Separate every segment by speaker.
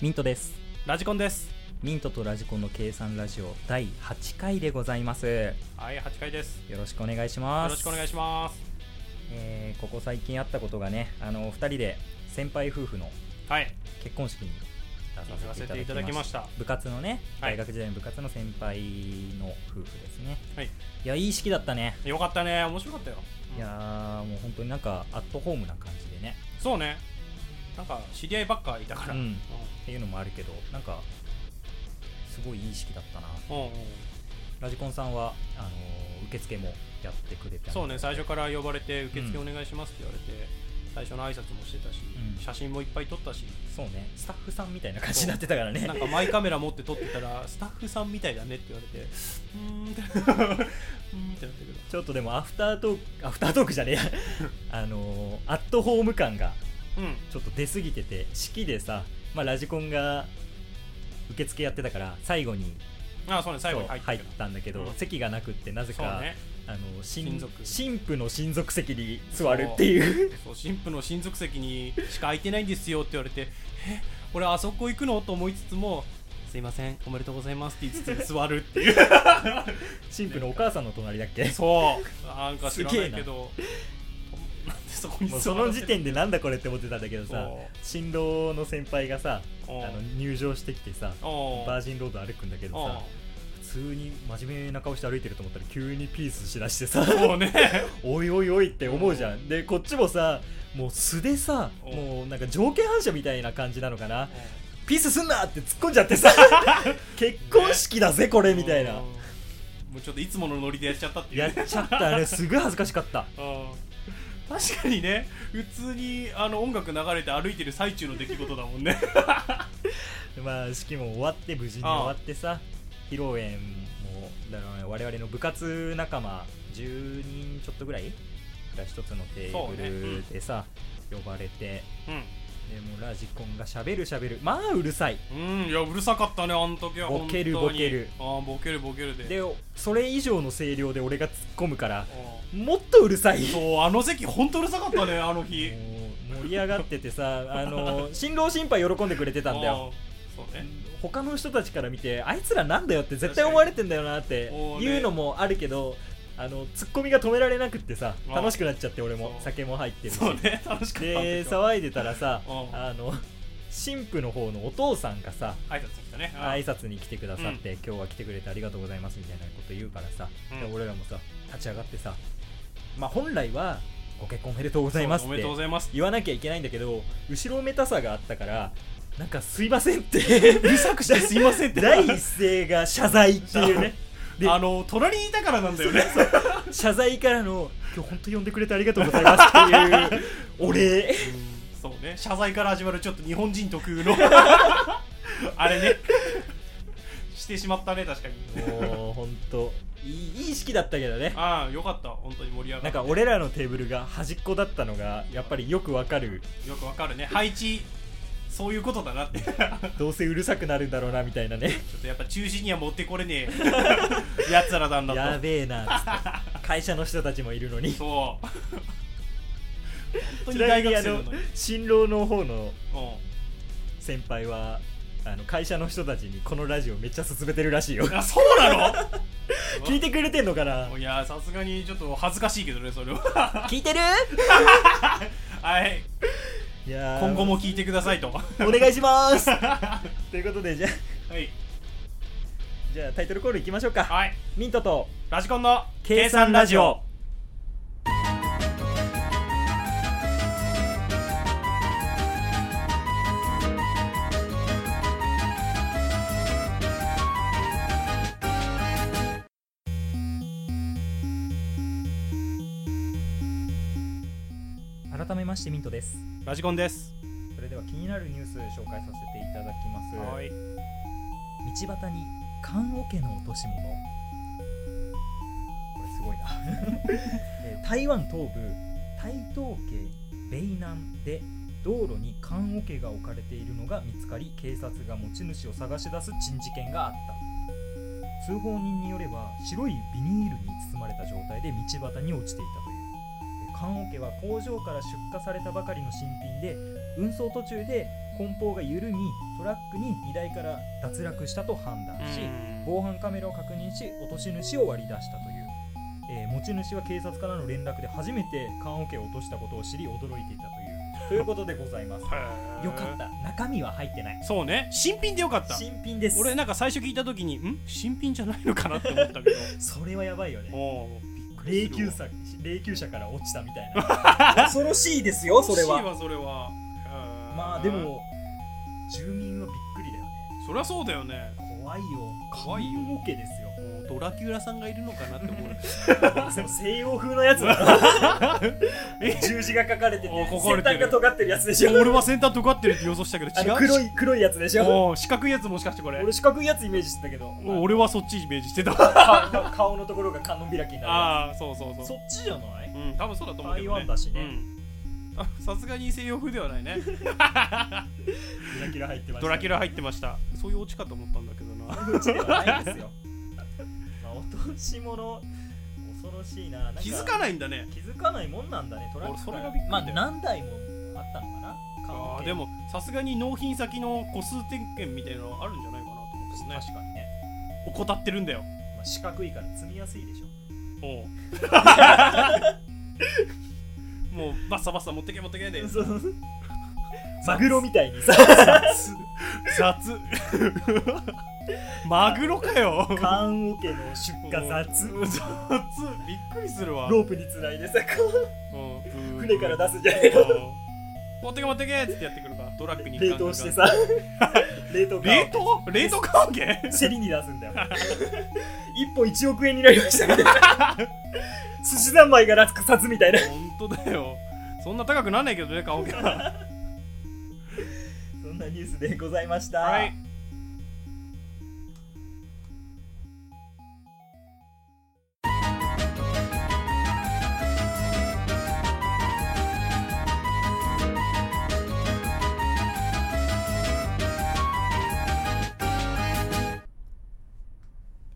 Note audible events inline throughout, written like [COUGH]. Speaker 1: ミントです
Speaker 2: ラジコンです
Speaker 1: ミントとラジコンの計算ラジオ第8回でございますよ
Speaker 2: はい8回ですよ
Speaker 1: ろしくお願いします
Speaker 2: ろしくお願いします
Speaker 1: えーここ最近あったことがねあの2人で先輩夫婦の
Speaker 2: はい
Speaker 1: 結婚式に出させていただきました
Speaker 2: 行か
Speaker 1: 部活
Speaker 2: せていただきました
Speaker 1: のね
Speaker 2: はい
Speaker 1: 大学時代の部活の先輩の夫婦ですね、
Speaker 2: はい、
Speaker 1: いやいい式だったね
Speaker 2: よかったね面白かったようん
Speaker 1: いやーもう本当になんかアットホームな感じでね
Speaker 2: そうねなんか知り合いばっかいたから
Speaker 1: うん
Speaker 2: うん
Speaker 1: っていうのもあるけどなんかすごいいい式だったな
Speaker 2: うんうん
Speaker 1: ラジコンさんはあのー受付もやってくれた
Speaker 2: そう
Speaker 1: ね
Speaker 2: ね最初から呼ばれて受付お願いしますって言われて最初の挨拶もしてたし
Speaker 1: うん
Speaker 2: 写真もいっぱい
Speaker 1: [LAUGHS]
Speaker 2: 撮ったし
Speaker 1: そうねスタッフさんみたいな感じになってたからね
Speaker 2: なんかマイカメラ持って撮ってたらスタッフさんみたいだねって言われてうーんって [LAUGHS] うーんってなったけど
Speaker 1: ちょっとでもアフタートークアフタートークじゃねえや [LAUGHS] あのーアットホーム感が
Speaker 2: うん
Speaker 1: ちょっと出過ぎてて式でさ、まあ、ラジコンが受付やってたから最後に
Speaker 2: あそうね最後に
Speaker 1: そう
Speaker 2: 入
Speaker 1: 入
Speaker 2: って
Speaker 1: っ
Speaker 2: くる
Speaker 1: たんだけど、
Speaker 2: うん
Speaker 1: 席がなくってなぜ
Speaker 2: そう
Speaker 1: か、
Speaker 2: ね
Speaker 1: あの新
Speaker 2: 親族
Speaker 1: 新婦の親族席に座るっていう
Speaker 2: そう新婦の親族席にしか空いてないんですよって言われてえ俺あそこ行くのと思いつつもすいませんおめでとうございますって言いつつ座るっていう
Speaker 1: [LAUGHS] 新婦のお母さんの隣だっけ
Speaker 2: [LAUGHS] そうなんか知らないけ
Speaker 1: すげ
Speaker 2: どなんでそこに座
Speaker 1: もう [LAUGHS]
Speaker 2: る
Speaker 1: その時点でなんだこれって思ってたんだけどさ
Speaker 2: そう
Speaker 1: 新郎の先輩がさあ
Speaker 2: うん
Speaker 1: の入場してきてさ
Speaker 2: お
Speaker 1: バー
Speaker 2: ジ
Speaker 1: ジンロード歩くんだけどさ
Speaker 2: そ
Speaker 1: 普通に真面目な顔して歩いてると思ったら急にピースしだしてさ [LAUGHS]
Speaker 2: うね
Speaker 1: おいおいおいって思うじゃんでこっちもさもう素でさ
Speaker 2: うん
Speaker 1: もうなんか条件反射みたいな感じなのかなピースすんなって突っ込んじゃって
Speaker 2: [LAUGHS]
Speaker 1: さ結婚式だぜこれみたいな
Speaker 2: うんもうちょっといつものノリでやっちゃったっていう
Speaker 1: やっちゃったあれすごい恥ずかしかった
Speaker 2: うん確かにね普通にあの音楽流れて歩いてる最中の出来事だもんね
Speaker 1: まあ式も終わって無事に終わってさ披露宴もだからね我々の部活仲間10人ちょっとぐらいが一つのテーブルでさ、呼ばれて
Speaker 2: うん
Speaker 1: でもうラジコンがしゃべるしゃべるまあうるさい
Speaker 2: うんいやうるさかったねあの時は
Speaker 1: ボケる
Speaker 2: 本当に
Speaker 1: ボケる
Speaker 2: あーボケるボケるで
Speaker 1: でそれ以上の声量で俺が突っ込むから
Speaker 2: う
Speaker 1: もっとうるさい
Speaker 2: んそうあの席本当うるさかったねあの日
Speaker 1: もう盛り上がっててさあの新郎新婦は喜んでくれてたんだよ
Speaker 2: あーそうね
Speaker 1: 他の人たちから見てあいつらなんだよって絶対思われてんだよなって
Speaker 2: 確かにおーね
Speaker 1: いうのもあるけどあのツッコミが止められなくってさ
Speaker 2: あー
Speaker 1: 楽しくなっちゃって俺も
Speaker 2: そう
Speaker 1: 酒も入ってるし
Speaker 2: そうね楽しかったんだ
Speaker 1: で
Speaker 2: けど
Speaker 1: 騒いでたらさ
Speaker 2: うん
Speaker 1: あの新婦の方のお父さんがさ
Speaker 2: 挨拶したねうん
Speaker 1: 挨拶に来てくださって、今日は来てくれてありがとうございますみたいなこと言うからさ、
Speaker 2: うん
Speaker 1: で俺らもさ立ち上がってさまあ本来はご結婚おめでとうございます
Speaker 2: そう
Speaker 1: っ
Speaker 2: おめで
Speaker 1: て
Speaker 2: とうございます
Speaker 1: 言わなきゃいけないんだけど後ろめたさがあったからなんかすいませんって
Speaker 2: [LAUGHS]
Speaker 1: うるさくして
Speaker 2: すいませんって
Speaker 1: 第一声が謝罪っていうねで
Speaker 2: [LAUGHS] あの隣にいたからなんだよね
Speaker 1: 謝罪からの今日本当呼んでくれてありがとうございますって
Speaker 2: [LAUGHS]
Speaker 1: いうお礼
Speaker 2: うんそうね謝罪から始まるちょっと日本人
Speaker 1: [LAUGHS]
Speaker 2: 特有のあれねしてしまったね確かに
Speaker 1: もう本当いいいい式だったけどね
Speaker 2: ああよかった本当に盛り上
Speaker 1: なん
Speaker 2: がって
Speaker 1: か俺らのテーブルが端っこだったのがやっぱりよくわかる
Speaker 2: よくわかるね配置そういうことだなってちょっ
Speaker 1: どうせうるさくなるんだろうなみたいな
Speaker 2: [LAUGHS]
Speaker 1: ね
Speaker 2: とやっぱ中止には持ってこれね
Speaker 1: [LAUGHS]
Speaker 2: えやつらなんだと
Speaker 1: やべえなっつって会社の人たちもいるのに
Speaker 2: そう本当
Speaker 1: ち
Speaker 2: に
Speaker 1: なみ
Speaker 2: 大
Speaker 1: に
Speaker 2: 学
Speaker 1: あ
Speaker 2: 生なの
Speaker 1: の
Speaker 2: に
Speaker 1: 新郎の方の
Speaker 2: うん
Speaker 1: 先輩はあの会社の人たちにこのラジオめっちゃ勧めてるらしいよ
Speaker 2: あ [LAUGHS] そうな
Speaker 1: 聞いてくれてんのかな
Speaker 2: の [LAUGHS] いやさすがにちょっと恥ずかしいけどねそれは
Speaker 1: 聞いてる
Speaker 2: はい
Speaker 1: いやー
Speaker 2: 今後も聞いてくださいとは
Speaker 1: お願いします
Speaker 2: [LAUGHS]
Speaker 1: ということでじゃあ
Speaker 2: い
Speaker 1: じゃあタイトルコールいきましょうか
Speaker 2: はい
Speaker 1: ミントと
Speaker 2: ラジコンの
Speaker 1: 計算ラジオ改めましてミントです
Speaker 2: ラジコンです
Speaker 1: それでは気になるニュース紹介させていただきます
Speaker 2: はい
Speaker 1: 道端に棺桶の落とし物これすごいなえー台湾東部台東区北南で道路に棺桶が置かれているのが見つかり警察が持ち主を探し出す珍事件があった通報人によれば白いビニールに包まれた状態で道端に落ちていたというえー棺桶は工場から出荷されたばかりの新品で運送途中で梱包が緩みトラックに荷台から脱落したと判断し、防犯カメラを確認し落とし主を割り出したという、えー持ち主は警察からの連絡で初めて缶桶を落としたことを知り驚いていたというということでございます
Speaker 2: へー
Speaker 1: よかった中身は入ってない
Speaker 2: そうね新品でよかった
Speaker 1: 新品です
Speaker 2: 俺なんか最初聞いた時にん新品じゃないのかなって
Speaker 1: [LAUGHS]
Speaker 2: 思ったけど
Speaker 1: それはやばいよね
Speaker 2: もうびっく
Speaker 1: 霊
Speaker 2: り
Speaker 1: 柩
Speaker 2: するわ
Speaker 1: 車霊柩車から落ちたみたい
Speaker 2: [LAUGHS]
Speaker 1: な恐ろしいですよそれ
Speaker 2: 欲しい
Speaker 1: は
Speaker 2: わそれはへー
Speaker 1: まあでも住民はびっくりだよね
Speaker 2: そりゃそうだよね
Speaker 1: 怖いよ
Speaker 2: 怖いよ
Speaker 1: 缶桶ですよ
Speaker 2: もうドラキュラさんがいるのかなって [LAUGHS] 思う
Speaker 1: その西洋風のやつだ [LAUGHS] 十字が書かれてて
Speaker 2: お書
Speaker 1: 先
Speaker 2: かれてる
Speaker 1: 端が尖ってるやつでしょ
Speaker 2: 俺は先端尖ってるって予想したけど
Speaker 1: あ
Speaker 2: 違
Speaker 1: の
Speaker 2: う
Speaker 1: 黒い黒いやつでしょ
Speaker 2: おう四角いやつもしかしてこれ
Speaker 1: 俺四角いやつイメージしてたけど
Speaker 2: お俺はそっちイメージしてた
Speaker 1: か顔のところが観音開きにな
Speaker 2: ああそうそう
Speaker 1: る
Speaker 2: そう
Speaker 1: そっちじゃない
Speaker 2: うん多分そうだと思うけど、ね、
Speaker 1: 台湾だしね
Speaker 2: うんあさすがに西洋風では [LAUGHS] ないね
Speaker 1: ドラキュラ入ってました
Speaker 2: ドラキュラ入ってましたそういうオチかと思ったんだけどな
Speaker 1: ラ口ではないですよまあ落とし物恐ろしいななんか
Speaker 2: [LAUGHS] 気づかないんだね
Speaker 1: 気づかないもんなんだねトラック
Speaker 2: 俺それがびっくり
Speaker 1: ま
Speaker 2: だ
Speaker 1: あ
Speaker 2: よ
Speaker 1: 何台もあったのかな
Speaker 2: あ
Speaker 1: 缶
Speaker 2: ー
Speaker 1: 桶
Speaker 2: でもさすがに納品先の個数点検みたいなのあるんじゃないかなと思ってね
Speaker 1: 確かにね、
Speaker 2: 怠ってるんだよ
Speaker 1: まあ、四角いから積みやすいでしょ
Speaker 2: [LAUGHS] おうもうバッサバッサ持ってけ持ってけで
Speaker 1: そうマグロみたいにさ
Speaker 2: 雑雑マグロかよ
Speaker 1: 缶桶の出荷雑
Speaker 2: うん雑びっくりするわ
Speaker 1: ロープにつないでさこう
Speaker 2: 船
Speaker 1: 船から出すんじゃないの
Speaker 2: 持ってけ持ってけっつってやってくるからドラッグに
Speaker 1: 冷凍して
Speaker 2: [LAUGHS]
Speaker 1: さ冷凍缶
Speaker 2: 冷凍冷凍関係
Speaker 1: シェリに出すんだよ一本1億円になりましたみたいな
Speaker 2: [LAUGHS]
Speaker 1: 寿司三昧が落札みたいな
Speaker 2: 本当だよそんな高くなんないけどね顔が
Speaker 1: そんなニュースでございました、
Speaker 2: はい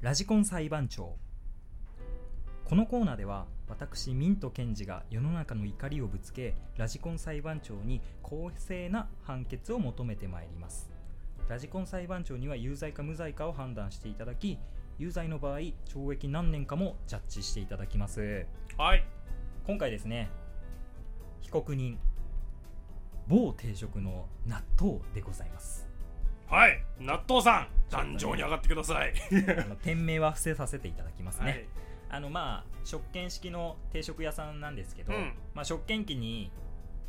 Speaker 1: ラジコン裁判長このコーナーでは私ミント検事が世の中の怒りをぶつけラジコン裁判長に公正な判決を求めてまいりますラジコン裁判長には有罪か無罪かを判断していただき有罪の場合懲役何年かもジャッジしていただきます
Speaker 2: はい
Speaker 1: 今回ですね被告人某定食の納豆でございます
Speaker 2: はい納豆さん壇上に上がってください
Speaker 1: あの店名は伏せさせていただきますね、
Speaker 2: はい
Speaker 1: あのまあ食券式の定食屋さんなんですけど、
Speaker 2: うん
Speaker 1: まあ、食券機に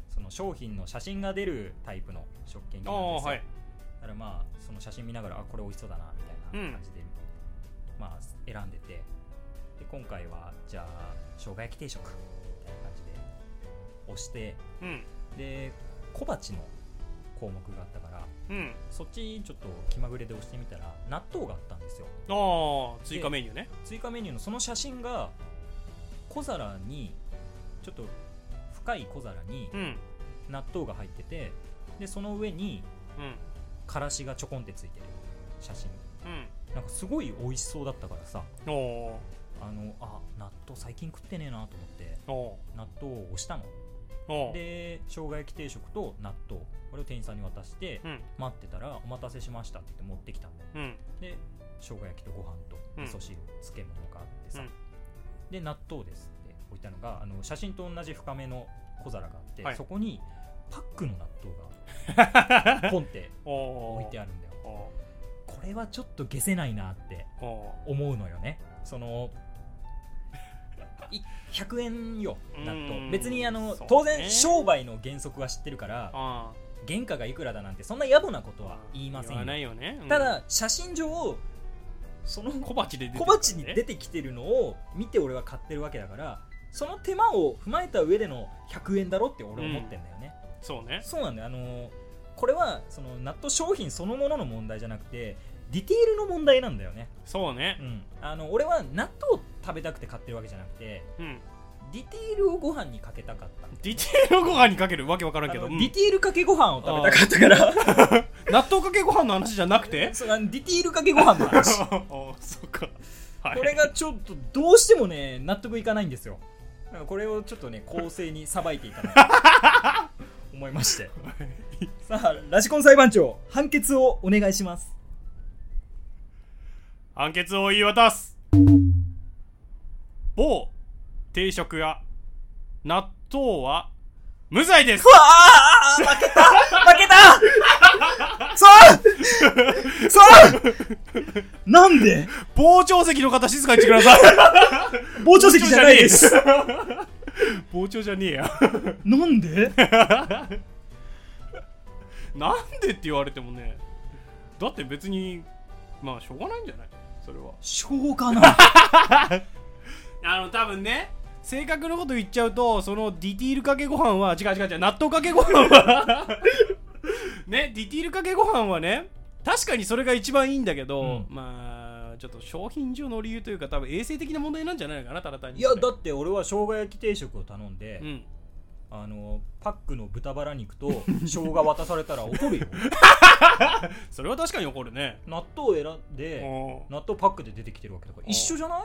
Speaker 1: その商品の写真が出るタイプの食券機
Speaker 2: あ
Speaker 1: なんで
Speaker 2: あ
Speaker 1: すよ、
Speaker 2: はい
Speaker 1: だからまあその写真見ながらあこれ美味しそうだなみたいな感じで、まあ選んでてで今回はじゃあ生姜焼き定食みたいな感じで押して
Speaker 2: うん
Speaker 1: で小鉢の項目があったから
Speaker 2: うん
Speaker 1: そっちちょっと気まぐれで押してみたら納豆があったんですよ
Speaker 2: ああ追加メニューね
Speaker 1: 追加メニューのその写真が小皿にちょっと深い小皿に
Speaker 2: うん
Speaker 1: 納豆が入っててでその上に
Speaker 2: うん
Speaker 1: からしがちょこんってついてる写真
Speaker 2: う
Speaker 1: なんかすごい美味しそうだったからさ
Speaker 2: んお
Speaker 1: あのあ納豆最近食ってねえなと思って
Speaker 2: ーお
Speaker 1: 納豆を押したの
Speaker 2: ーおー
Speaker 1: で生姜焼き定食と納豆これを店員さんに渡して
Speaker 2: うん
Speaker 1: 待ってたら「お待たせしました」って言って持ってきたの
Speaker 2: うん
Speaker 1: で生姜焼きとご飯と
Speaker 2: うん
Speaker 1: 味噌汁、漬物があってさ、
Speaker 2: うん
Speaker 1: で納豆ですって置いたのがあの写真と同じ深めの小皿があって、
Speaker 2: はい
Speaker 1: そこにパックの納豆
Speaker 2: [LAUGHS]
Speaker 1: がポンって
Speaker 2: お
Speaker 1: 置い
Speaker 2: ー
Speaker 1: てあるんだよ
Speaker 2: お
Speaker 1: これはちょっと消せないなって
Speaker 2: ーお
Speaker 1: 思うのよねそのい100円よ納
Speaker 2: う
Speaker 1: 豆
Speaker 2: ん
Speaker 1: 別にあの、
Speaker 2: そうね
Speaker 1: 当然商売の原則は知ってるから
Speaker 2: あ
Speaker 1: 原価がいくらだなんてそんな野暮なことは言いません
Speaker 2: 言わ
Speaker 1: よ
Speaker 2: ないよねうん
Speaker 1: ただ写真上その
Speaker 2: 小鉢で出てく
Speaker 1: 小
Speaker 2: る
Speaker 1: 鉢に出てきてるのを見て俺は買ってるわけだからその手間を踏まえた上での100円だろって俺は思ってんだよね、
Speaker 2: そうね
Speaker 1: そうなんだよあのーこれはその納豆商品そのものの問題じゃなくてディテールの問題なんだよね、
Speaker 2: そうね
Speaker 1: うん、あの俺は納豆を食べたくて買ってるわけじゃなくて
Speaker 2: うん
Speaker 1: ディテールをご飯にかけたかった
Speaker 2: ディテールをご飯にかけるわけわからんけど、
Speaker 1: あ
Speaker 2: う
Speaker 1: の
Speaker 2: ん
Speaker 1: ディテールかけご飯を食べたかったから
Speaker 2: 納豆かけご飯の話じゃな
Speaker 1: [LAUGHS]
Speaker 2: くて
Speaker 1: そうあのディテールかけご飯の
Speaker 2: [LAUGHS]
Speaker 1: 話
Speaker 2: おそうか、はい、
Speaker 1: これがちょっとどうしてもね納得いかないんですよだからこれをちょっとね公正にさばいていただいて [LAUGHS] 思いましてさあラジコン裁判長判決をお願いします
Speaker 2: 判決を言い渡す某定食屋納豆は無罪です
Speaker 1: うわあ負けた負けたそうそうなんで
Speaker 2: 傍聴席の方静かにしてくださ
Speaker 1: [LAUGHS]
Speaker 2: い
Speaker 1: 傍聴席じゃないです
Speaker 2: 傍聴じゃねえや
Speaker 1: なんで
Speaker 2: なんでって言われてもねだって別にまあしょうがないんじゃないそれは
Speaker 1: しょうがない
Speaker 2: あの多分ね正確なこと言っちゃうとそのディティールかけご飯は違う違う違う納豆かけご飯 [LAUGHS] はねディティールかけご飯はね確かにそれが一番いいんだけど、
Speaker 1: う
Speaker 2: まあちょっと商品上の理由というか多分衛生的な問題なんじゃないのかなただ単に
Speaker 1: いや
Speaker 2: それ
Speaker 1: だって俺は生姜焼き定食を頼んで、
Speaker 2: うん
Speaker 1: あのパックの豚バラ肉と生姜渡されたら怒るよ
Speaker 2: それは確かに怒るね
Speaker 1: 納豆を選ん
Speaker 2: う
Speaker 1: で
Speaker 2: ん
Speaker 1: 納豆パックで出てきてるわけだから
Speaker 2: うん
Speaker 1: 一緒じゃない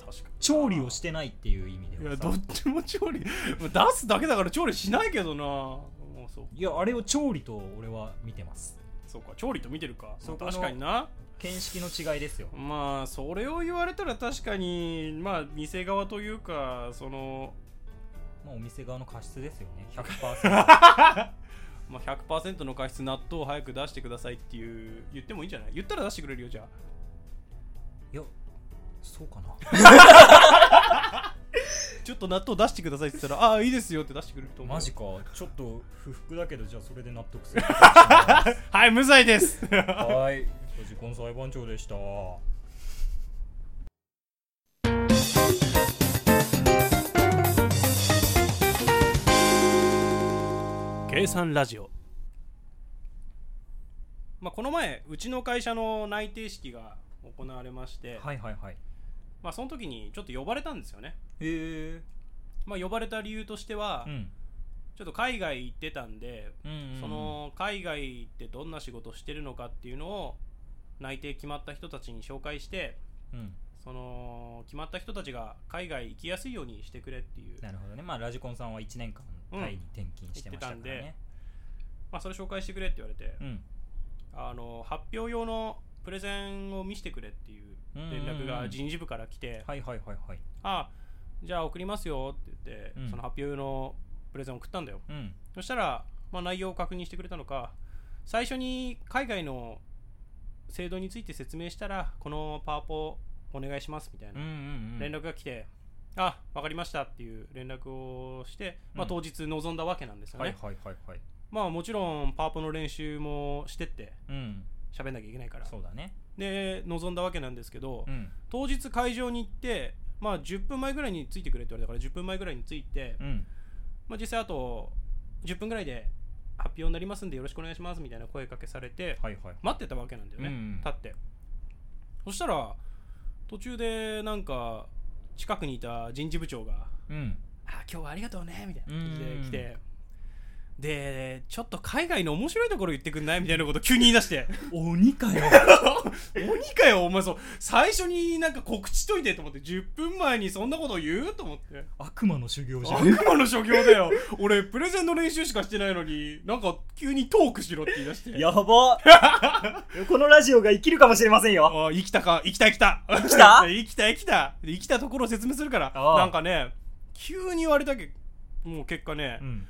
Speaker 2: 確か
Speaker 1: 調理をしてないっていう意味
Speaker 2: にい
Speaker 1: で
Speaker 2: や
Speaker 1: は
Speaker 2: ど
Speaker 1: さ
Speaker 2: っちも調理出すだけだから調理しないけどなもうそう
Speaker 1: いやあれを調理と俺は見てます
Speaker 2: そうか調理と見てるか
Speaker 1: そこの
Speaker 2: 確かにな
Speaker 1: 見識の違いですよ
Speaker 2: まあそれを言われたら確かにまあ店側というかその
Speaker 1: まあ、お店側の過失ですよね100%
Speaker 2: まあ100%の過失納豆を早く出してくださいっていう言ってもいいんじゃない言ったら出してくれるよじゃあ
Speaker 1: いやそうかな
Speaker 2: ちょっと納豆出してくださいって言ったらああいいですよって出してくれると思う
Speaker 1: マジかちょっと不服だけどじゃあそれで納得する
Speaker 2: はい無罪です
Speaker 1: [LAUGHS] はいラジコン裁判長でした
Speaker 2: 計算ラジオまあこの前うちの会社の内定式が行われまして、
Speaker 1: はいはいはい
Speaker 2: まあその時にちょっと呼ばれたんですよね
Speaker 1: へえ
Speaker 2: まあ呼ばれた理由としては、
Speaker 1: うん
Speaker 2: ちょっと海外行ってたんで
Speaker 1: うんうんうん
Speaker 2: その海外ってどんな仕事してるのかっていうのを内定決まった人たちに紹介して
Speaker 1: うん
Speaker 2: その決まった人たちが海外行きやすいようにしてくれっていう、
Speaker 1: なるほどねまあラジコンさんは1年間タイに転勤してましたからね
Speaker 2: まあ、それ紹介してくれって言われて、
Speaker 1: うん
Speaker 2: あの発表用のプレゼンを見せてくれっていう連絡
Speaker 1: うんうんう
Speaker 2: が
Speaker 1: ん
Speaker 2: 人事部から来て、
Speaker 1: はいはいはいはい
Speaker 2: あじゃあ送りますよって言って、
Speaker 1: うん
Speaker 2: その発表用のプレゼンを送ったんだよ
Speaker 1: うん
Speaker 2: そしたら、まあ、内容を確認してくれたのか最初に海外の制度について説明したらこのパワポお願いしますみたい
Speaker 1: うんう
Speaker 2: なん連絡が来て、あ分かりましたっていう連絡をして、ま
Speaker 1: う
Speaker 2: あ、
Speaker 1: ん
Speaker 2: 当日臨んだわけなんですよ
Speaker 1: は
Speaker 2: ね、
Speaker 1: いはいはいはい
Speaker 2: まあもちろんパワポの練習もしてって
Speaker 1: うん
Speaker 2: 喋んなきゃいけないから
Speaker 1: そうだね
Speaker 2: で臨んだわけなんですけど、
Speaker 1: うん
Speaker 2: 当日会場に行ってまあ10分前ぐらいについてくれって言われたから10分前ぐらいについて、
Speaker 1: うん
Speaker 2: まあ、実際あと10分ぐらいで発表になりますんでよろしくお願いしますみたいな声かけされて
Speaker 1: はいはい
Speaker 2: 待ってたわけなんだよね、
Speaker 1: うんうん
Speaker 2: 立ってそしたら途中でなんか近くにいた人事部長が
Speaker 1: うん
Speaker 2: 「あ今日はありがとうね」みたいな
Speaker 1: うん
Speaker 2: 感じで来てでちょっと海外の面白いところ言ってくんないみたいなこと急に言い出
Speaker 1: [LAUGHS]
Speaker 2: して
Speaker 1: 鬼かよ
Speaker 2: 鬼かよお前そう最初になんか告知しといてと思って10分前にそんなこと言うと思って
Speaker 1: 悪魔の修行じゃん
Speaker 2: [LAUGHS] 悪魔の所業だよ俺プレゼンの練習しかしてないのになんか急にトークしろって言い出して
Speaker 1: [LAUGHS] や [LAUGHS] ばこのラジオが生きるかもしれませんよ。
Speaker 2: あ生きたか生きた生きた生
Speaker 1: きた
Speaker 2: [LAUGHS] 生きた生きた生きたところを説明するから
Speaker 1: ああ
Speaker 2: なんかね急に言われたけもう結果ね、
Speaker 1: ん。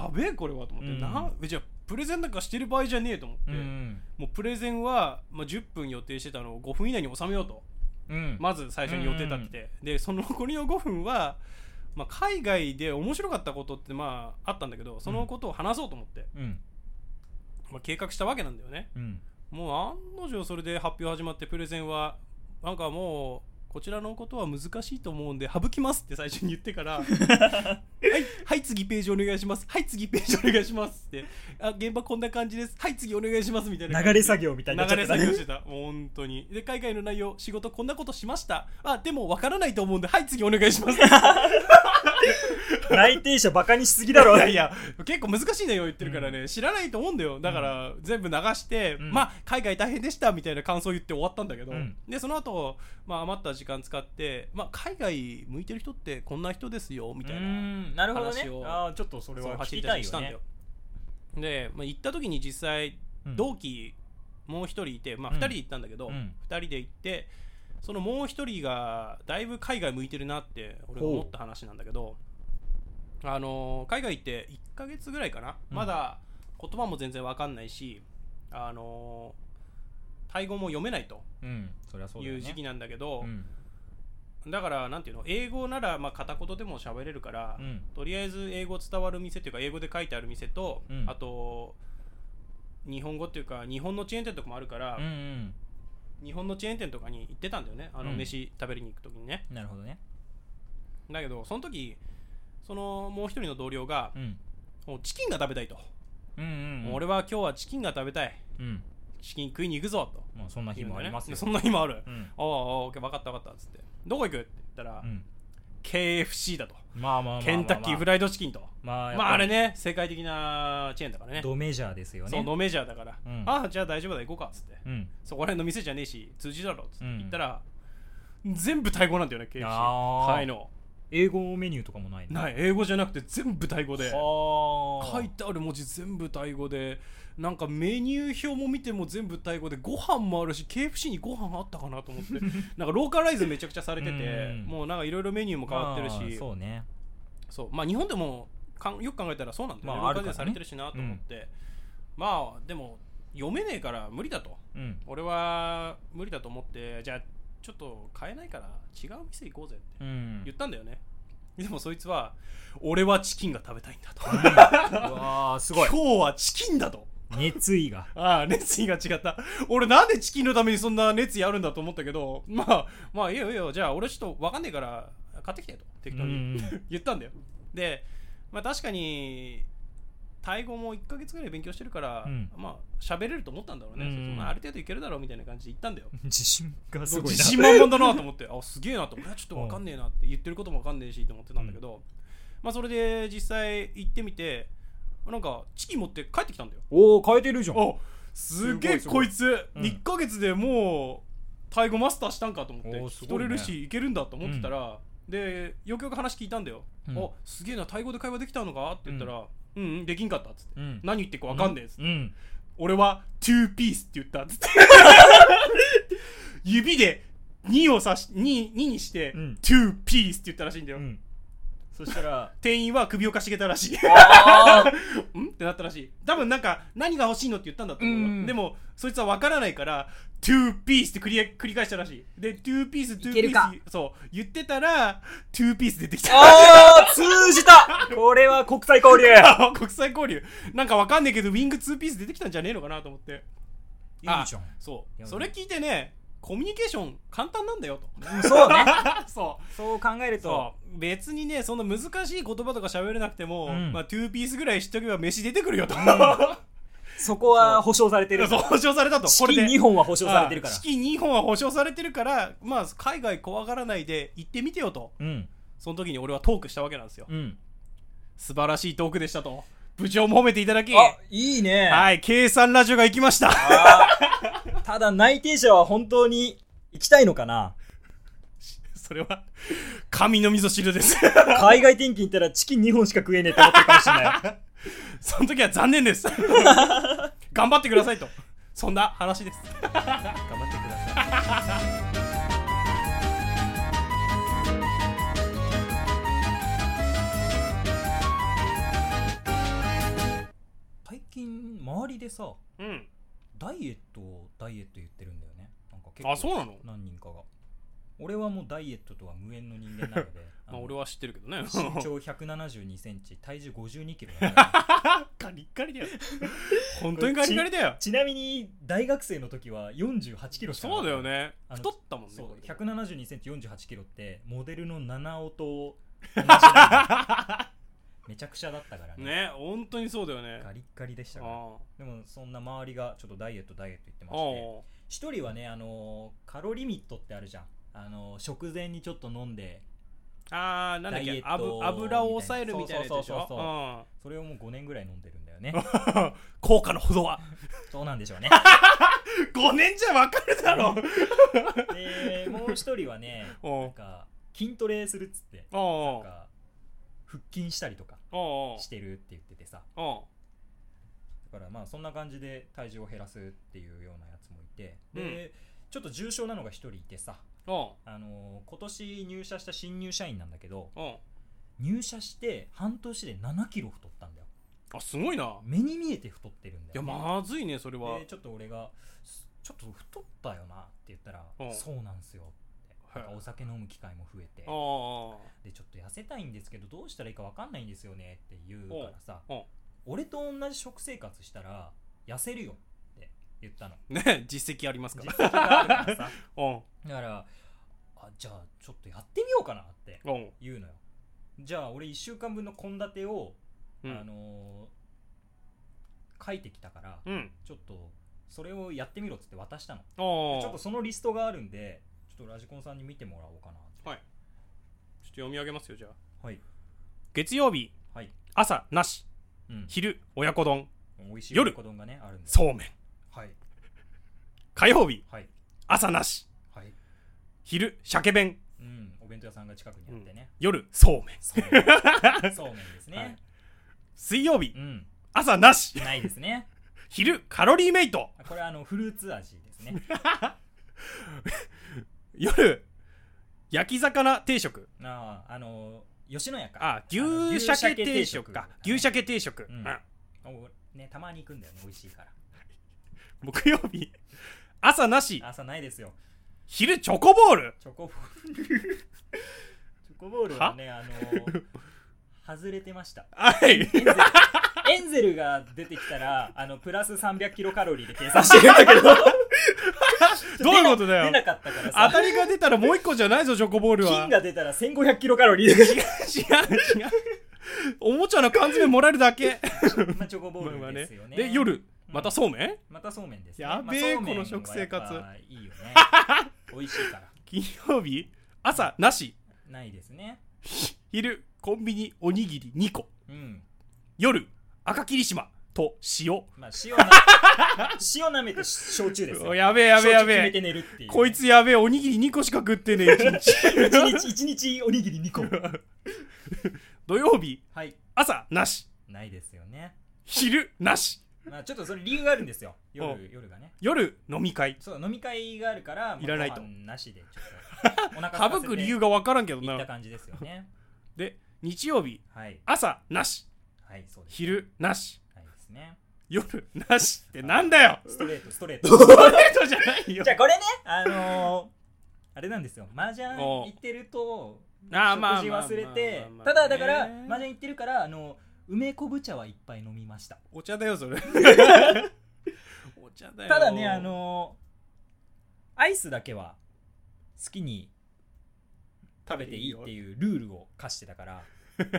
Speaker 2: やべえこれはと思って、
Speaker 1: うん
Speaker 2: なんじゃあプレゼンなんかしてる場合じゃねえと思って、
Speaker 1: うん。
Speaker 2: もうプレゼンは、まあ、10分予定してたのを5分以内に収めようと
Speaker 1: うん。
Speaker 2: まず最初に予定立ってて、でその残りの5分は、まあ、海外で面白かったことってまああったんだけどそのことを話そうと思って、
Speaker 1: うん。
Speaker 2: まあ、計画したわけなんだよね
Speaker 1: うん。
Speaker 2: もう案の定それで発表始まってプレゼンはなんかもうこちらのことは難しいと思うんで省きますって最初に言ってから
Speaker 1: [LAUGHS]
Speaker 2: はい、はい、次ページお願いしますはい次ページお願いしますってあ現場こんな感じですはい次お願いしますみたいな
Speaker 1: 流れ作業みたいになっちゃ
Speaker 2: 流
Speaker 1: った
Speaker 2: れ
Speaker 1: ね
Speaker 2: 作業してたもう本当にで海外の内容仕事こんなことしましたあでもわからないと思うんではい次お願いしますい
Speaker 1: 内定者バカにしすぎだろ。
Speaker 2: や
Speaker 1: [LAUGHS]
Speaker 2: いや結構難しい内容言ってるからね、知らないと思うんだよだから全部流して、
Speaker 1: うん
Speaker 2: まあ海外大変でしたみたいな感想言って終わったんだけど、
Speaker 1: うん
Speaker 2: でその後、まあ余った時時間使って、まあ、海外向いてる人ってこんな人ですよみたいな
Speaker 1: なるほどね
Speaker 2: 話を
Speaker 1: あーちょっとそれ
Speaker 2: そう
Speaker 1: は聞
Speaker 2: 走り
Speaker 1: き
Speaker 2: 出
Speaker 1: たい
Speaker 2: し
Speaker 1: よ
Speaker 2: たんだ
Speaker 1: ね
Speaker 2: よで、まあ、行った時に実際
Speaker 1: うん
Speaker 2: 同期もう一人いて、まあ、
Speaker 1: うん
Speaker 2: 二人で行ったんだけど、
Speaker 1: う
Speaker 2: 二
Speaker 1: ん
Speaker 2: 人で行ってそのもう一人がだいぶ海外向いてるなって俺が思った話なんだけどあのー海外行って1ヶ月ぐらいかな、
Speaker 1: うん
Speaker 2: まだ言葉も全然わかんないしあのータイ語も読めないと
Speaker 1: うんそりゃそうだ
Speaker 2: い
Speaker 1: よね
Speaker 2: う時期なんだけど
Speaker 1: うん
Speaker 2: だからなんていうの英語ならまあ片言でも喋れるから、
Speaker 1: うん
Speaker 2: とりあえず英語伝わる店というか英語で書いてある店と、
Speaker 1: うん
Speaker 2: あと日本語っていうか日本のチェーン店とかもあるから
Speaker 1: うん、うん
Speaker 2: 日本のチェーン店とかに行ってたんだよねあの
Speaker 1: うん
Speaker 2: 飯食べに行く時にね、
Speaker 1: なるほどね
Speaker 2: だけどその時そのもう一人の同僚が
Speaker 1: うん
Speaker 2: もうチキンが食べたいと、
Speaker 1: うんうんうん
Speaker 2: 俺は今日はチキンが食べたい
Speaker 1: うん
Speaker 2: チキン食いに行くぞと
Speaker 1: まあそんな日
Speaker 2: 言うん
Speaker 1: もあ
Speaker 2: だ
Speaker 1: り
Speaker 2: よね
Speaker 1: ますよ
Speaker 2: そんな日もある、
Speaker 1: うん
Speaker 2: おうおうオッケー分かった分かったっつってどこ行くって言ったら、
Speaker 1: うん
Speaker 2: KFC だと
Speaker 1: まあまあまあまあまあ
Speaker 2: ケンタッキーフライドチキンと、
Speaker 1: まあ
Speaker 2: まああれ
Speaker 1: ね
Speaker 2: ね世界的なチェーンだからね
Speaker 1: ドメジャーですよね
Speaker 2: そうノメジャーだから、
Speaker 1: うん
Speaker 2: ああじゃあ大丈夫だ行こうかっつって
Speaker 1: うん
Speaker 2: そこら辺の店じゃねえし通じだろっつって
Speaker 1: うん
Speaker 2: 行ったら、全部タイ語なんだよね KFC
Speaker 1: あー
Speaker 2: タイの
Speaker 1: 英語メニューとかもないの
Speaker 2: ない英語じゃなくて全部タイ語で
Speaker 1: はあ
Speaker 2: 書いてある文字全部タイ語でなんかメニュー表も見ても全部タイ語でご飯もあるし KFC にご飯あったかなと思って
Speaker 1: [LAUGHS]
Speaker 2: なんかローカライズめちゃくちゃされてて、
Speaker 1: うん
Speaker 2: もうなんかいろいろメニューも変わってるし、
Speaker 1: まあそうね
Speaker 2: そうまあ日本でもかんよく考えたらそうなんだよね、
Speaker 1: まああ
Speaker 2: ロ
Speaker 1: る
Speaker 2: ーカ
Speaker 1: からね
Speaker 2: ルでされてるしなと思って、まあでも読めねえから無理だと
Speaker 1: うん
Speaker 2: 俺は無理だと思ってじゃあちょっと買えないから違う店行こうぜって
Speaker 1: うん
Speaker 2: 言ったんだよね、でもそいつは俺はチキンが食べたいんだと
Speaker 1: うわあす
Speaker 2: [LAUGHS]
Speaker 1: ごい
Speaker 2: 今日はチキンだと
Speaker 1: 熱意が
Speaker 2: ああ熱意が違った俺なんでチキンのためにそんな熱意あるんだと思ったけどまあまあいいよいいよじゃあ俺ちょっと分かんねえから買ってきてよと適当に、言ったんだよで、まあ、確かにタイ語も1ヶ月ぐらい勉強してるから、
Speaker 1: うん
Speaker 2: まあ喋れると思ったんだろうね、
Speaker 1: うん
Speaker 2: そうそうまあ、ある程度いけるだろうみたいな感じで言ったんだよ
Speaker 1: 自信がすごいな
Speaker 2: 自信満々だなと思ってあすげえなと俺はちょっと分かんねえなって言ってることも分かんねえしと思ってたんだけど、まあそれで実際行ってみてなんかチキン持って帰ってきたんだよ
Speaker 1: おお変えてるじゃん
Speaker 2: あすげえ
Speaker 1: すご
Speaker 2: こ
Speaker 1: い
Speaker 2: いつ
Speaker 1: うん
Speaker 2: 1ヶ月でもうタイ語マスターしたんかと思って
Speaker 1: おー
Speaker 2: 聞
Speaker 1: す
Speaker 2: き
Speaker 1: ごい
Speaker 2: 取
Speaker 1: ね
Speaker 2: れるしいけるんだと思ってたらでよくよく話聞いたんだよ
Speaker 1: うん
Speaker 2: あすげえなタイ語で会話できたのかって言ったらうんうんできんかったっつって
Speaker 1: うん
Speaker 2: 何言ってるかわかんねえっつって
Speaker 1: うん
Speaker 2: 俺はトゥーピースって言ったっつって [LAUGHS] 指で2を指し 2, 2にして
Speaker 1: うん
Speaker 2: トゥーピースって言ったらしいんだ
Speaker 1: う
Speaker 2: よ
Speaker 1: んそしたら
Speaker 2: 店員は首をかしげたらしい
Speaker 1: あ
Speaker 2: [LAUGHS]
Speaker 1: ー
Speaker 2: んってなったらしい多分なんか何が欲しいのって言ったんだと思うよ、
Speaker 1: うん
Speaker 2: でもそいつは分からないから「トゥーピース」って繰り繰り返したらしいで「トゥーピース」「トゥー
Speaker 1: け
Speaker 2: ピ
Speaker 1: るか
Speaker 2: ース」そう言ってたら「トゥーピース」出てきた
Speaker 1: あー通じたこれは国際交
Speaker 2: [LAUGHS]
Speaker 1: 流
Speaker 2: 国際交流なんか分かんないけどウィング2ピース出てきたんじゃねえのかなと思って
Speaker 1: いいじゃん
Speaker 2: そう
Speaker 1: や
Speaker 2: それ聞いてねコミュニケーション簡単なんだよと
Speaker 1: うんそう
Speaker 2: [LAUGHS]
Speaker 1: ね
Speaker 2: そう
Speaker 1: [LAUGHS] そう考えると
Speaker 2: そう別にねそんな難しい言葉とか喋れなくても、
Speaker 1: うん
Speaker 2: まあ、2ピースぐらい知っとけば飯出てくるよと、
Speaker 1: そこは保証されてる
Speaker 2: [LAUGHS] そう保証されたと
Speaker 1: 資
Speaker 2: これで
Speaker 1: 金2本は保証されてるから
Speaker 2: ああ資金2本は保証されてるから、まあ、海外怖がらないで行ってみてよと
Speaker 1: うん
Speaker 2: その時に俺はトークしたわけなんですよ
Speaker 1: うん
Speaker 2: 素晴らしいトークでしたと部長も褒めていただき
Speaker 1: あいいね
Speaker 2: はい計算ラジオが行きました
Speaker 1: あーただ内定者は本当に行きたいのかな
Speaker 2: [LAUGHS] それは神の味噌汁です
Speaker 1: 海外転勤行ったらチキン2本しか食えねえと思ってるかもしれ [LAUGHS] ない。
Speaker 2: その時は残念です
Speaker 1: [LAUGHS]
Speaker 2: 頑張ってくださいとそんな話です
Speaker 1: 頑張ってください。最近周りでさ
Speaker 2: うん
Speaker 1: ダイエットダイエット言ってるんだよねなんか結
Speaker 2: あそう
Speaker 1: 構
Speaker 2: なの、
Speaker 1: 何人かが俺はもうダイエットとは無縁の人間な
Speaker 2: [LAUGHS]
Speaker 1: ので
Speaker 2: まあ、俺は知ってるけどね
Speaker 1: 身長1 7 2ンチ体重5 2キロ
Speaker 2: [LAUGHS] ガリッガリだよ本当にガリガリだよ
Speaker 1: ちなみに大学生の時は4 8キロしかなかっ
Speaker 2: そう
Speaker 1: た
Speaker 2: だよね
Speaker 1: あの
Speaker 2: 太ったもんね
Speaker 1: そう
Speaker 2: これ
Speaker 1: 172センチ48キロってモデルの七尾と同じだ
Speaker 2: [LAUGHS]
Speaker 1: ねめちゃくちゃだったからね
Speaker 2: ね本当にそうだよね
Speaker 1: ガリッガリでしたから
Speaker 2: あ
Speaker 1: でもそんな周りがちょっとダイエットダイエット言ってま
Speaker 2: あ
Speaker 1: して一人はねあのーカロリミットってあるじゃんあのー食前にちょっと飲んで
Speaker 2: あーなんだっ
Speaker 1: ダイエ
Speaker 2: け
Speaker 1: ット
Speaker 2: 油油を抑えるみたいなやつでし
Speaker 1: そうそうそうそう
Speaker 2: ょ
Speaker 1: それをもう5年ぐらい飲んでるんだよね
Speaker 2: うん効果のほどは
Speaker 1: そうなんでしょうね
Speaker 2: 5年じゃわかるだろ
Speaker 1: でもう一人はね
Speaker 2: お
Speaker 1: な
Speaker 2: うん
Speaker 1: か筋トレするっつってな
Speaker 2: お
Speaker 1: ん
Speaker 2: う
Speaker 1: か腹筋したりとか
Speaker 2: おう
Speaker 1: してるって言っててさ
Speaker 2: おう
Speaker 1: だからまあそんな感じで体重を減らすっていうようなやつもいてで、
Speaker 2: うん
Speaker 1: ちょっと重症なのが一人いてさ
Speaker 2: おう
Speaker 1: あのー今年入社した新入社員なんだけど
Speaker 2: おう
Speaker 1: 入社して半年で7キロ太ったんだよ
Speaker 2: あすごいない
Speaker 1: 目に見えて太ってるんだ
Speaker 2: や
Speaker 1: よね、
Speaker 2: まずいねそれは
Speaker 1: でちょっと俺がす「ちょっと太ったよな」って言ったら
Speaker 2: う
Speaker 1: 「
Speaker 2: ん
Speaker 1: そうなんすよ」ってなんか
Speaker 2: はい
Speaker 1: お酒飲む機会も増えて
Speaker 2: おう
Speaker 1: でちょっと痩せたいんですけどどうしたらいいか分かんないんですよねって言うからさ
Speaker 2: うんうん
Speaker 1: 俺と同じ食生活したら痩せるよって言ったの
Speaker 2: おうね実績ありますか
Speaker 1: 実
Speaker 2: ら
Speaker 1: 績があるから
Speaker 2: [LAUGHS]
Speaker 1: さ
Speaker 2: おう
Speaker 1: だからあじゃあちょっとやってみようかなって
Speaker 2: おう
Speaker 1: 言うのよじゃあ俺1週間分の献立を、
Speaker 2: う
Speaker 1: あ
Speaker 2: ん
Speaker 1: のー書いてきたから
Speaker 2: うん
Speaker 1: ちょっとそれをやってみろっつって渡したの
Speaker 2: おう
Speaker 1: ちょっと
Speaker 2: ちょ
Speaker 1: そのリストがあるんでちょっとラジコンさんに見てもらおうかなって
Speaker 2: はいっと読み上げますよじゃあ
Speaker 1: はい
Speaker 2: 月曜日
Speaker 1: はい、
Speaker 2: 朝なし
Speaker 1: うん、
Speaker 2: 昼親子丼
Speaker 1: 美味しい
Speaker 2: 夜
Speaker 1: 親子丼がねあるんで
Speaker 2: そうめん
Speaker 1: はい
Speaker 2: 火曜日
Speaker 1: はい
Speaker 2: 朝なし
Speaker 1: はい
Speaker 2: 昼鮭弁
Speaker 1: うんお弁当屋さんが近くにあってね、
Speaker 2: 夜そうめん
Speaker 1: そうめ
Speaker 2: [LAUGHS]
Speaker 1: んそうめんですね、
Speaker 2: はい水曜日
Speaker 1: うん
Speaker 2: 朝なし
Speaker 1: ないですね
Speaker 2: 昼カロリーメイト
Speaker 1: あこれはあのフルーツ味ですね
Speaker 2: 夜焼き魚定食
Speaker 1: あああの吉野家か
Speaker 2: あ牛鮭定食か牛
Speaker 1: 鮭
Speaker 2: 鮭定食、
Speaker 1: うん
Speaker 2: あ
Speaker 1: ねたまに行くんだよね美味しいから
Speaker 2: 木曜日朝なし
Speaker 1: 朝ないですよ
Speaker 2: 昼チョコボール
Speaker 1: チョコボールチョコボールはねあの外れてました [LAUGHS]
Speaker 2: はい
Speaker 1: エンゼ
Speaker 2: [LAUGHS]
Speaker 1: ルエンゼルが出てきたらあのプラス300キロカロリーで計算してるんだけど
Speaker 2: [LAUGHS] どういうことだよ
Speaker 1: 出なかったから
Speaker 2: 当
Speaker 1: さ
Speaker 2: たりが出たらもう一個じゃないぞチョコボールは
Speaker 1: 金が出たら1500キロカロリーで
Speaker 2: 違う違うおもちゃの缶詰もらえるだけ
Speaker 1: まあチョコボールですよね
Speaker 2: で夜またそうめん、
Speaker 1: またそうめんです、ね、
Speaker 2: やべえ
Speaker 1: まあそうめんは
Speaker 2: この食生活
Speaker 1: やっぱいいよね美味しいから
Speaker 2: 金曜日朝なし
Speaker 1: ないですね
Speaker 2: 昼コンビニおにぎり2個
Speaker 1: うん
Speaker 2: 夜赤霧島と塩
Speaker 1: まあ塩な塩舐めて焼酎ですよ
Speaker 2: やべえやべえやべ
Speaker 1: 焼酎決めて
Speaker 2: え
Speaker 1: 寝るっていう
Speaker 2: こいつやべえおにぎり2個しか食って
Speaker 1: [LAUGHS]
Speaker 2: ねえ一日
Speaker 1: 一日一日おにぎり2個
Speaker 2: 土曜日
Speaker 1: はい
Speaker 2: 朝なし
Speaker 1: ないですよね
Speaker 2: 昼なし
Speaker 1: まあちょっとそれ理由があるんですよ
Speaker 2: う
Speaker 1: 夜夜がね
Speaker 2: 夜飲み会
Speaker 1: そう飲み会があるからもう
Speaker 2: いらないと
Speaker 1: ご飯なしでちょっとお腹
Speaker 2: 省く理由が分からんけど
Speaker 1: いった
Speaker 2: な
Speaker 1: 感じですよね
Speaker 2: で日曜日
Speaker 1: はい
Speaker 2: 朝なし
Speaker 1: はいそうです
Speaker 2: 昼なし
Speaker 1: はいですね
Speaker 2: 夜なしってなんだよ
Speaker 1: ストレートストレート
Speaker 2: ストレートじゃないよ
Speaker 1: [LAUGHS] じゃあこれねあのー、あれなんですよ麻雀
Speaker 2: おう
Speaker 1: 行ってると
Speaker 2: あーまあ
Speaker 1: 食事忘れて
Speaker 2: まあまあまあま
Speaker 1: ただ
Speaker 2: あ
Speaker 1: だから
Speaker 2: ね
Speaker 1: 麻雀行ってるからあの梅昆布茶はいっぱい飲みました
Speaker 2: お茶だよそ
Speaker 1: [LAUGHS]
Speaker 2: れお茶だよ
Speaker 1: ただねあのー、アイスだけは好きに食べていいっていうルールを課してた
Speaker 2: [LAUGHS]
Speaker 1: から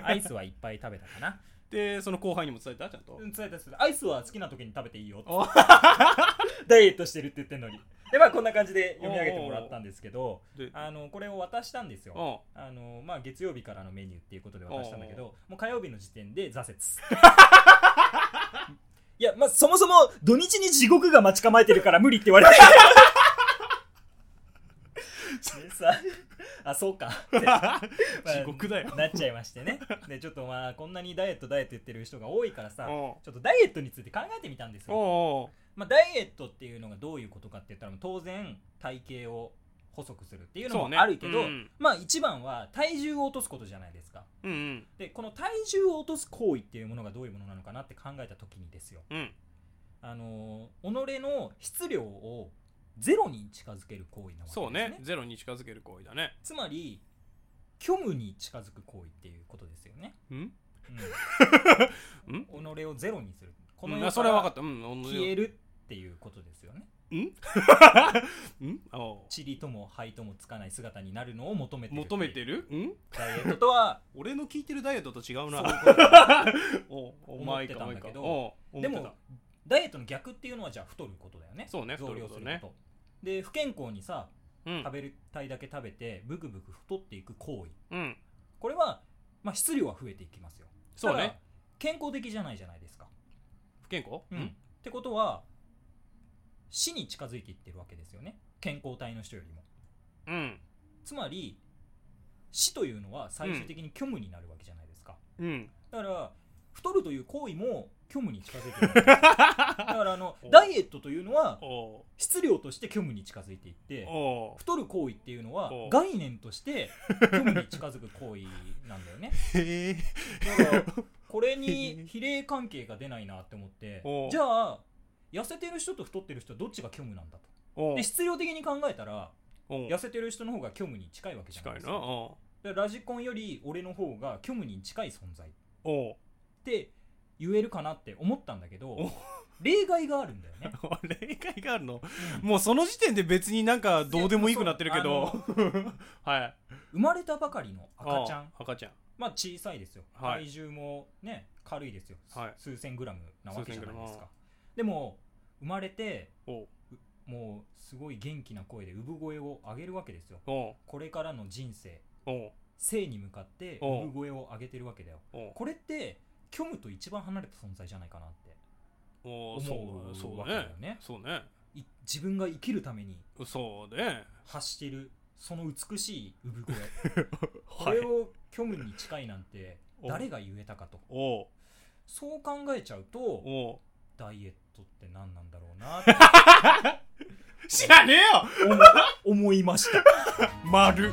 Speaker 1: アイスはいっぱい食べたかな
Speaker 2: でその後輩にも伝えたちゃんと
Speaker 1: うん伝えた伝えたアイスは好きな時に食べていいよって
Speaker 2: お
Speaker 1: [LAUGHS] ダイエットしてるって言ってんのにでまあこんな感じで読み上げてもらったんですけど
Speaker 2: で
Speaker 1: あのこれを渡したんですよ
Speaker 2: お
Speaker 1: あのまあ、月曜日からのメニューっていうことで渡したんだけどもう火曜日の時点で挫折いやまあそもそも土日に地獄が待ち構えてるから無理って言われてでさあそうかって
Speaker 2: [LAUGHS] 地獄
Speaker 1: [LAUGHS]
Speaker 2: だよ
Speaker 1: なっちゃいましてねでちょっとまあこんなにダイエットダイエット言ってる人が多いからさ
Speaker 2: お
Speaker 1: ちょっとダイエットについて考えてみたんです
Speaker 2: お
Speaker 1: よ、
Speaker 2: お
Speaker 1: まあ、ダイエットっていうのがどういうことかって言ったらもう当然体型を細くするっていうのもあるけど、
Speaker 2: うん
Speaker 1: まあ一番は体重を落とすことじゃないですか
Speaker 2: うんうん
Speaker 1: でこの体重を落とす行為っていうものがどういうものなのかなって考えた時にですよ
Speaker 2: うん
Speaker 1: あのー己の質量をゼロに近づける行為なわけです、ね、
Speaker 2: そうねゼロに近づける行為だね
Speaker 1: つまり虚無に近づく行為っていうことですよね、
Speaker 2: うん [LAUGHS]
Speaker 1: うん己をゼロにするこの
Speaker 2: うん
Speaker 1: 世
Speaker 2: あ
Speaker 1: か
Speaker 2: それは分からったうんおの
Speaker 1: 消えるっていうことですよね
Speaker 2: うんうんお
Speaker 1: 塵とも灰ともつかない姿になるのを求めてる
Speaker 2: 求めてるうん
Speaker 1: ダイエットとは
Speaker 2: [LAUGHS] 俺の聞いてるダイエットと違う
Speaker 1: そ
Speaker 2: な
Speaker 1: ういうことなんです
Speaker 2: おお
Speaker 1: 思っ
Speaker 2: 前
Speaker 1: て
Speaker 2: か
Speaker 1: た
Speaker 2: お
Speaker 1: ん
Speaker 2: 前
Speaker 1: だ
Speaker 2: か
Speaker 1: けど
Speaker 2: おう
Speaker 1: で
Speaker 2: 思って
Speaker 1: もダイエットの逆っていうのはじゃあ太ることだよね
Speaker 2: そうね
Speaker 1: 増量す
Speaker 2: 太
Speaker 1: る
Speaker 2: る
Speaker 1: こ
Speaker 2: こととね
Speaker 1: で不健康にさ
Speaker 2: たうん
Speaker 1: 食べる体だけ食べてブクブク太っていく行為
Speaker 2: うん
Speaker 1: これは、まあ、質量は増えていきますよ
Speaker 2: そう
Speaker 1: ただ
Speaker 2: ね
Speaker 1: 健康的じゃないじゃないですか、
Speaker 2: 不健康
Speaker 1: ってことは死に近づいていってるわけですよね健康体の人よりも
Speaker 2: うん
Speaker 1: つまり死というのは最終的に虚無になるわけじゃないですか、
Speaker 2: うん
Speaker 1: だから太るという行為も虚無に近づいてる
Speaker 2: [LAUGHS]
Speaker 1: わけですだからあのダイエットというのは
Speaker 2: お
Speaker 1: 質量として虚無に近づいていって
Speaker 2: うお
Speaker 1: 太る行為っていうのは
Speaker 2: おう
Speaker 1: 概念として虚無に近づく行為なんだ
Speaker 2: [LAUGHS]
Speaker 1: よね
Speaker 2: うへえ
Speaker 1: だからこれに比例関係が出ないなって思って
Speaker 2: おう
Speaker 1: じゃあ痩せてる人と太ってる人はどっちが虚無なんだと
Speaker 2: おう
Speaker 1: で質量的に考えたら
Speaker 2: おう
Speaker 1: 痩せてる人の方が虚無に近いわけじゃないで
Speaker 2: 近い
Speaker 1: す
Speaker 2: な
Speaker 1: か
Speaker 2: お
Speaker 1: でラジコンより俺の方が虚無に近い存在っ
Speaker 2: うおう [LAUGHS]
Speaker 1: て言えるかなって思ったんだけ
Speaker 2: お
Speaker 1: ど例外があるんだよね
Speaker 2: 例外があるのもうその時点で別になんかどうでもいいくなってるけど [LAUGHS] はい
Speaker 1: 生まれたばかりの赤ちゃん
Speaker 2: おう赤ちゃん
Speaker 1: まあ小さいですよ、
Speaker 2: はい
Speaker 1: 体重もね軽いですよ、
Speaker 2: はい
Speaker 1: 数千グラムなわけじゃないで
Speaker 2: 数
Speaker 1: す
Speaker 2: 千グラ
Speaker 1: かでも生まれて
Speaker 2: おう
Speaker 1: もうすごい元気な声で産声を上げるわけですよ
Speaker 2: おう
Speaker 1: これからの人生
Speaker 2: おう
Speaker 1: 生に向かって
Speaker 2: おう
Speaker 1: 産声を上げてるわけだよ
Speaker 2: おう
Speaker 1: これって虚無と一番離れた存在じゃないかなって
Speaker 2: おう
Speaker 1: 思う
Speaker 2: そう
Speaker 1: わ
Speaker 2: だ
Speaker 1: けだよ
Speaker 2: ね
Speaker 1: ね
Speaker 2: そうね
Speaker 1: い自分が生きるために
Speaker 2: そうね
Speaker 1: 発してるその美しい産
Speaker 2: [LAUGHS]
Speaker 1: 声こ
Speaker 2: はい
Speaker 1: れを虚無に近いなんて誰が言えたかと
Speaker 2: おう
Speaker 1: そう考えちゃうと
Speaker 2: おう
Speaker 1: ダイエットって何なんだろうなって
Speaker 2: 知らねえよ
Speaker 1: 思 [LAUGHS] 思いました
Speaker 2: 丸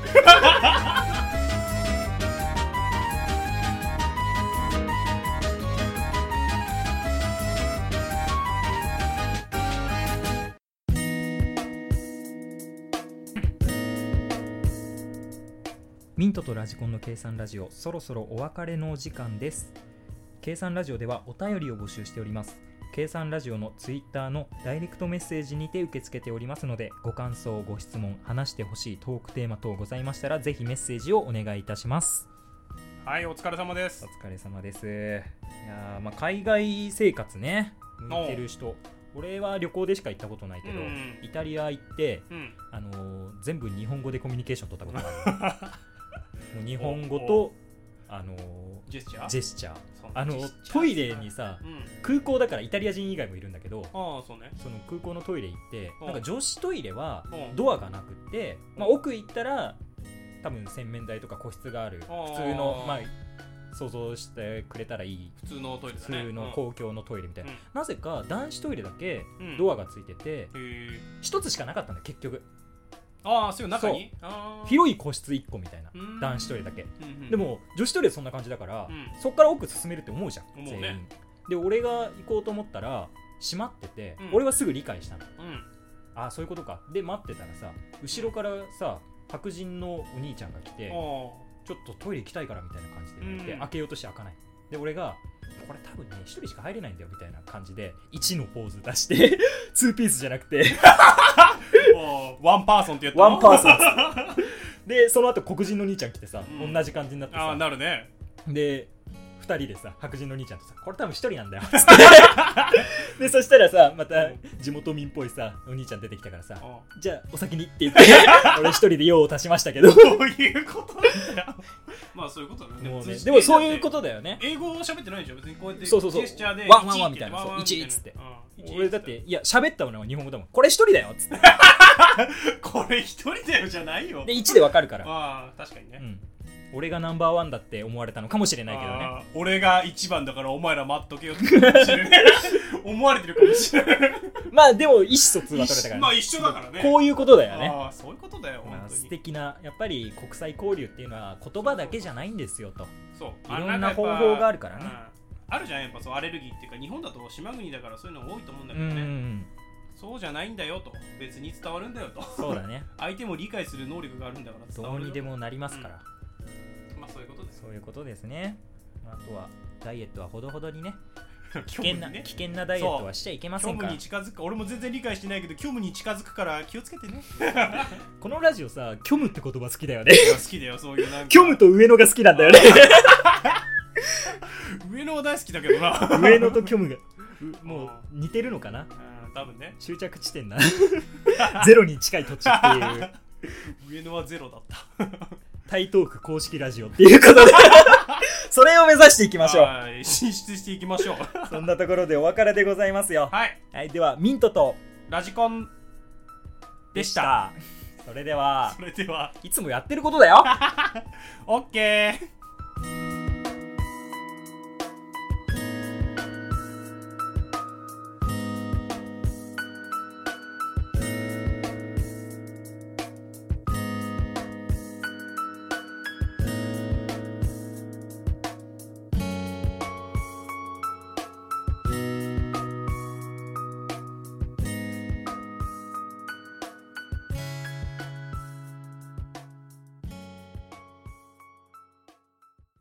Speaker 1: ミントとラジコンの計算ラジオそろそろお別れのお時間です計算ラジオではお便りを募集しております計算ラジオのツイッターのダイレクトメッセージにて受け付けておりますのでご感想ご質問話してほしいトークテーマ等ございましたらぜひメッセージをお願いいたします
Speaker 2: はいお疲れ様です
Speaker 1: お疲れ様ですいやーまあ海外生活ね向いてる人俺は旅行でしか行ったことないけど、
Speaker 2: うん
Speaker 1: イタリア行って
Speaker 2: うん
Speaker 1: あのー全部日本語でコミュニケーション取ったことがあるもう日本語 [LAUGHS] とあのー
Speaker 2: ジェスチャー
Speaker 1: ジェスチャーあのトイレにさ
Speaker 2: うん
Speaker 1: 空港だからイタリア人以外もいるんだけど
Speaker 2: ああそうね
Speaker 1: その空港のトイレ行って
Speaker 2: うん
Speaker 1: なんか女子トイレは
Speaker 2: うん
Speaker 1: ドアがなくって、まあ、
Speaker 2: うん
Speaker 1: 奥行ったら多分洗面台とか個室がある普通の
Speaker 2: あー
Speaker 1: まあ想像してくれたらいい
Speaker 2: 普通のトイレだ
Speaker 1: 普
Speaker 2: ね
Speaker 1: 通の公共のトイレみたいな、
Speaker 2: うん
Speaker 1: なぜか男子トイレだけ
Speaker 2: うん
Speaker 1: ドアがついてて
Speaker 2: うんへえ
Speaker 1: 一つしかなかったんだ結局
Speaker 2: ああそういう中にあー
Speaker 1: 広い個室1個みたいな
Speaker 2: うん
Speaker 1: 男子トイレだけ
Speaker 2: うんうん
Speaker 1: でも女子トイレそんな感じだから、
Speaker 2: うん
Speaker 1: そっから奥進めるって思うじゃん
Speaker 2: 思う
Speaker 1: 全員、
Speaker 2: ね
Speaker 1: で俺が行こうと思ったら閉まってて、
Speaker 2: うん
Speaker 1: 俺はすぐ理解したの
Speaker 2: うん
Speaker 1: ああそういうことかで待ってたらさ後ろからさ白人のお兄ちゃんが来て、ち
Speaker 2: あ
Speaker 1: ょっとトイレ行きたいからみたいな感じで言われて、
Speaker 2: うん
Speaker 1: 開けようとして開かないで俺がこれ多分ね一人しか入れないんだよみたいな感じで1のポーズ出して [LAUGHS] ツーピースじゃなく
Speaker 2: [LAUGHS]
Speaker 1: て
Speaker 2: ーあーワンパーソンってやった
Speaker 1: ワンパーソ
Speaker 2: ン
Speaker 1: ンでその後黒人の兄ちゃん来てさ、
Speaker 2: うん
Speaker 1: 同じ感じになって
Speaker 2: あ
Speaker 1: さ
Speaker 2: あなるね
Speaker 1: で2人でさ白人の兄ちゃんとさこれ多分1人なんだ
Speaker 2: [LAUGHS]
Speaker 1: よつってでそしたらさまた地元民っぽいさお兄ちゃん出てきたからさ
Speaker 2: あ
Speaker 1: じゃあお先にって言って
Speaker 2: [LAUGHS]
Speaker 1: 俺一人で用を足しましたけど
Speaker 2: ーどういうことなんだよまあそういうことだね
Speaker 1: もうね
Speaker 2: 別に
Speaker 1: でもそういうことだよね
Speaker 2: 英語を喋ってないでしょ別にこうやって
Speaker 1: そうそうそう
Speaker 2: ジェスチャーで
Speaker 1: ワンワンワンみたいな
Speaker 2: 1
Speaker 1: そう
Speaker 2: って言って
Speaker 1: 1っつって
Speaker 2: ワンワンみたいなうん
Speaker 1: 俺だっ
Speaker 2: 1
Speaker 1: ていや喋ったのは日本語だもんこれ一人だよっつって
Speaker 2: これ一人だよじゃないよ
Speaker 1: で1でわかるから、
Speaker 2: ああ確かにね
Speaker 1: うん、俺がナンバーワンだって思われたのかもしれないけどね
Speaker 2: あー俺が一番だからお前ら待っとけよって
Speaker 1: [LAUGHS]
Speaker 2: 思われてるかもしれない
Speaker 1: まあでも意思疎通は取れたから、ね
Speaker 2: まあ一緒だからね
Speaker 1: こういうことだよね
Speaker 2: ああそういうことだよ本
Speaker 1: まあ
Speaker 2: 当
Speaker 1: 素
Speaker 2: に
Speaker 1: 敵なやっぱり国際交流っていうのは言葉だけじゃないんですよと
Speaker 2: そう
Speaker 1: いろんな
Speaker 2: あかやっぱ
Speaker 1: 方法があるからね
Speaker 2: うんあるじゃんやっぱそうアレルギーっていうか日本だと島国だからそういうの多いと思うんだ
Speaker 1: う
Speaker 2: けどね
Speaker 1: ん
Speaker 2: そうじゃないんだよと別に伝わるんだよと
Speaker 1: そうだね
Speaker 2: 相手も理解する能力があるんだから伝
Speaker 1: ど
Speaker 2: わ
Speaker 1: う
Speaker 2: るよ
Speaker 1: にでもなりますから、
Speaker 2: まあそういうことです
Speaker 1: そういうことですねあとはダイエットはほどほどにね危
Speaker 2: 虚
Speaker 1: 険
Speaker 2: 無
Speaker 1: な、
Speaker 2: にね
Speaker 1: 危険なダイエットはしちゃいけませ
Speaker 2: 虚
Speaker 1: んか
Speaker 2: 無
Speaker 1: ら
Speaker 2: に近づくか俺も全然理解してないけど虚無に近づくから気をつけて
Speaker 1: [LAUGHS]
Speaker 2: ね
Speaker 1: このラジオさ虚無って言葉好きだよね
Speaker 2: いや好きだよそういうなんか
Speaker 1: 虚無と上野が好きなんだよ
Speaker 2: [LAUGHS]
Speaker 1: ね
Speaker 2: 上野は大好きだけどな
Speaker 1: 上野と虚無が [LAUGHS] うもう似てるのかな
Speaker 2: うん多分ね
Speaker 1: 終着地
Speaker 2: [LAUGHS]
Speaker 1: 点なゼロに近い土地っていう
Speaker 2: 上野はゼロだった
Speaker 1: 台東区公式ラジオっていうこと
Speaker 2: [LAUGHS]
Speaker 1: でそれを目指していきましょう
Speaker 2: はい進出していきましょう
Speaker 1: そんなところでお別れでございますよ
Speaker 2: はい
Speaker 1: はいではミントと
Speaker 2: ラジコンでした
Speaker 1: それでは
Speaker 2: それでは、
Speaker 1: いつもやってることだよ
Speaker 2: オッケー